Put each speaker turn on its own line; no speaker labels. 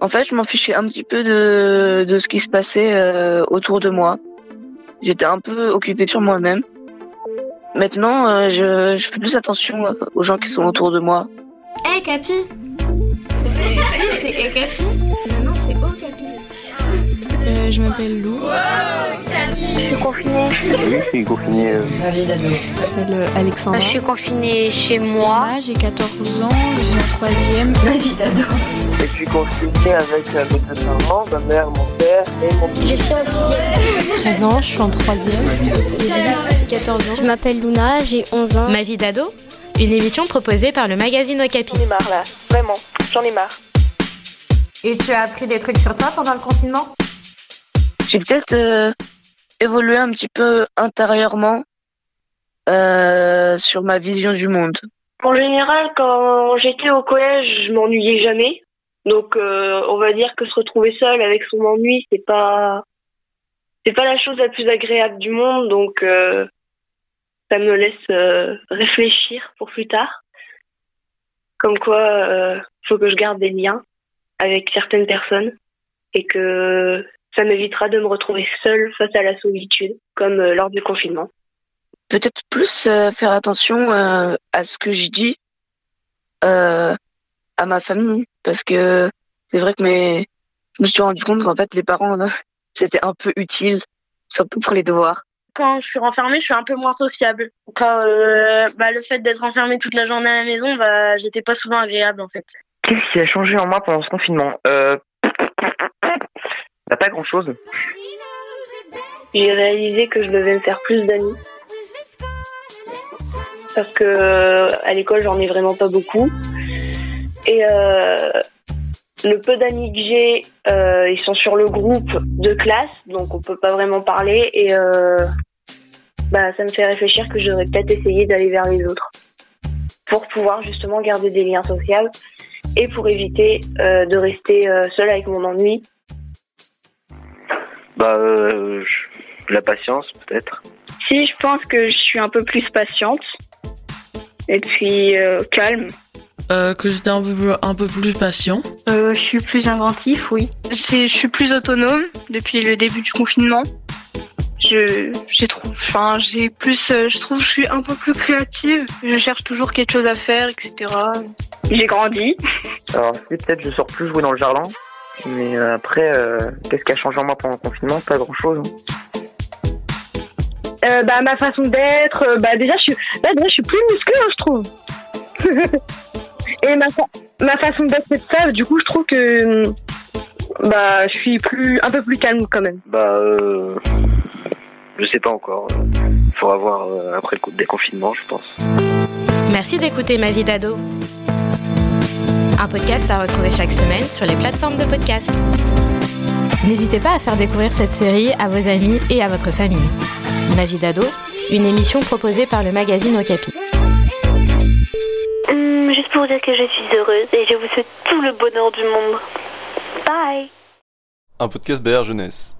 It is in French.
En fait, je m'en fichais un petit peu de, de ce qui se passait euh, autour de moi. J'étais un peu occupée sur moi-même. Maintenant, euh, je, je fais plus attention euh, aux gens qui sont autour de moi.
Eh Capi Si, c'est Eh Capi Ah non, c'est Oh Capi
Euh, je m'appelle Lou,
Oui, je suis confiné. euh,
je m'appelle euh, Alexandra.
Je suis confinée chez moi.
Emma, j'ai 14 ans, je suis en troisième.
Je suis confiné avec euh, mes deux parents, ma mère, mon père et mon petit.
13 ans, je suis en troisième. Iris, 14 ans.
Je m'appelle Luna, j'ai 11 ans.
Ma vie d'ado, une émission proposée par le magazine Okapi.
J'en ai marre là, vraiment, j'en ai marre.
Et tu as appris des trucs sur toi pendant le confinement
J'ai peut-être euh, évolué un petit peu intérieurement euh, sur ma vision du monde.
En général, quand j'étais au collège, je m'ennuyais jamais. Donc, euh, on va dire que se retrouver seul avec son ennui, c'est pas, c'est pas la chose la plus agréable du monde. Donc, euh, ça me laisse euh, réfléchir pour plus tard. Comme quoi, euh, faut que je garde des liens avec certaines personnes et que ça m'évitera de me retrouver seule face à la solitude, comme euh, lors du confinement.
peut-être plus euh, faire attention euh, à ce que je dis euh, à ma famille parce que c'est vrai que mes je me suis rendu compte qu'en fait les parents euh, c'était un peu utile surtout pour les devoirs
quand je suis renfermée, je suis un peu moins sociable. Quand euh, bah, le fait d'être renfermée toute la journée à la maison, bah, j'étais pas souvent agréable en fait.
Qu'est-ce qui a changé en moi pendant ce confinement Euh. bah, pas grand-chose.
j'ai réalisé que je devais me faire plus d'amis. Parce que euh, à l'école, j'en ai vraiment pas beaucoup. Et euh, le peu d'amis que j'ai, euh, ils sont sur le groupe de classe, donc on peut pas vraiment parler. Et euh, bah, ça me fait réfléchir que j'aurais peut-être essayé d'aller vers les autres pour pouvoir justement garder des liens sociaux et pour éviter euh, de rester euh, seule avec mon ennui
Bah, euh, je- la patience, peut-être.
Si, je pense que je suis un peu plus patiente. Et puis calme.
Euh, que j'étais un peu, un peu plus patient.
Euh, je suis plus inventif, oui.
Je suis plus autonome depuis le début du confinement.
Je, j'ai trouvé, enfin, j'ai plus, euh, je trouve, je suis un peu plus créative. Je cherche toujours quelque chose à faire, etc.
J'ai grandi.
Alors, si, peut-être je sors plus jouer dans le jardin. Mais euh, après, euh, qu'est-ce qui a changé en moi pendant le confinement Pas grand-chose. hein.
bah, ma façon d'être, euh, bah, déjà, je suis, bah, déjà, je suis plus musclée, hein, je trouve. Et ma, fa- ma façon d'être, c'est ça. Du coup, je trouve que hum, bah, je suis plus, un peu plus calme quand même.
Bah, euh, je sais pas encore. Il faudra voir euh, après le co- déconfinement, je pense.
Merci d'écouter Ma vie d'ado. Un podcast à retrouver chaque semaine sur les plateformes de podcast. N'hésitez pas à faire découvrir cette série à vos amis et à votre famille. Ma vie d'ado, une émission proposée par le magazine Okapi.
Mm, juste pour dire que je suis heureuse et je vous souhaite tout le bonheur du monde. Bye
Un podcast BR Jeunesse.